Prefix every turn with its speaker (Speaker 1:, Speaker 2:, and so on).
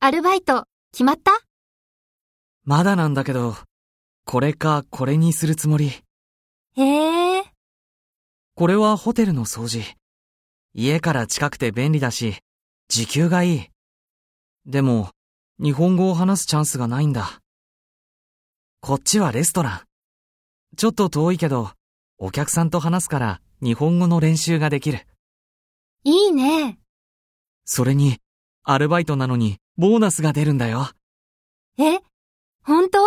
Speaker 1: アルバイト、決まった
Speaker 2: まだなんだけど、これかこれにするつもり。
Speaker 1: へえ、
Speaker 2: これはホテルの掃除。家から近くて便利だし、時給がいい。でも、日本語を話すチャンスがないんだ。こっちはレストラン。ちょっと遠いけど、お客さんと話すから日本語の練習ができる。
Speaker 1: いいね。
Speaker 2: それに、アルバイトなのにボーナスが出るんだよ。
Speaker 1: え、本当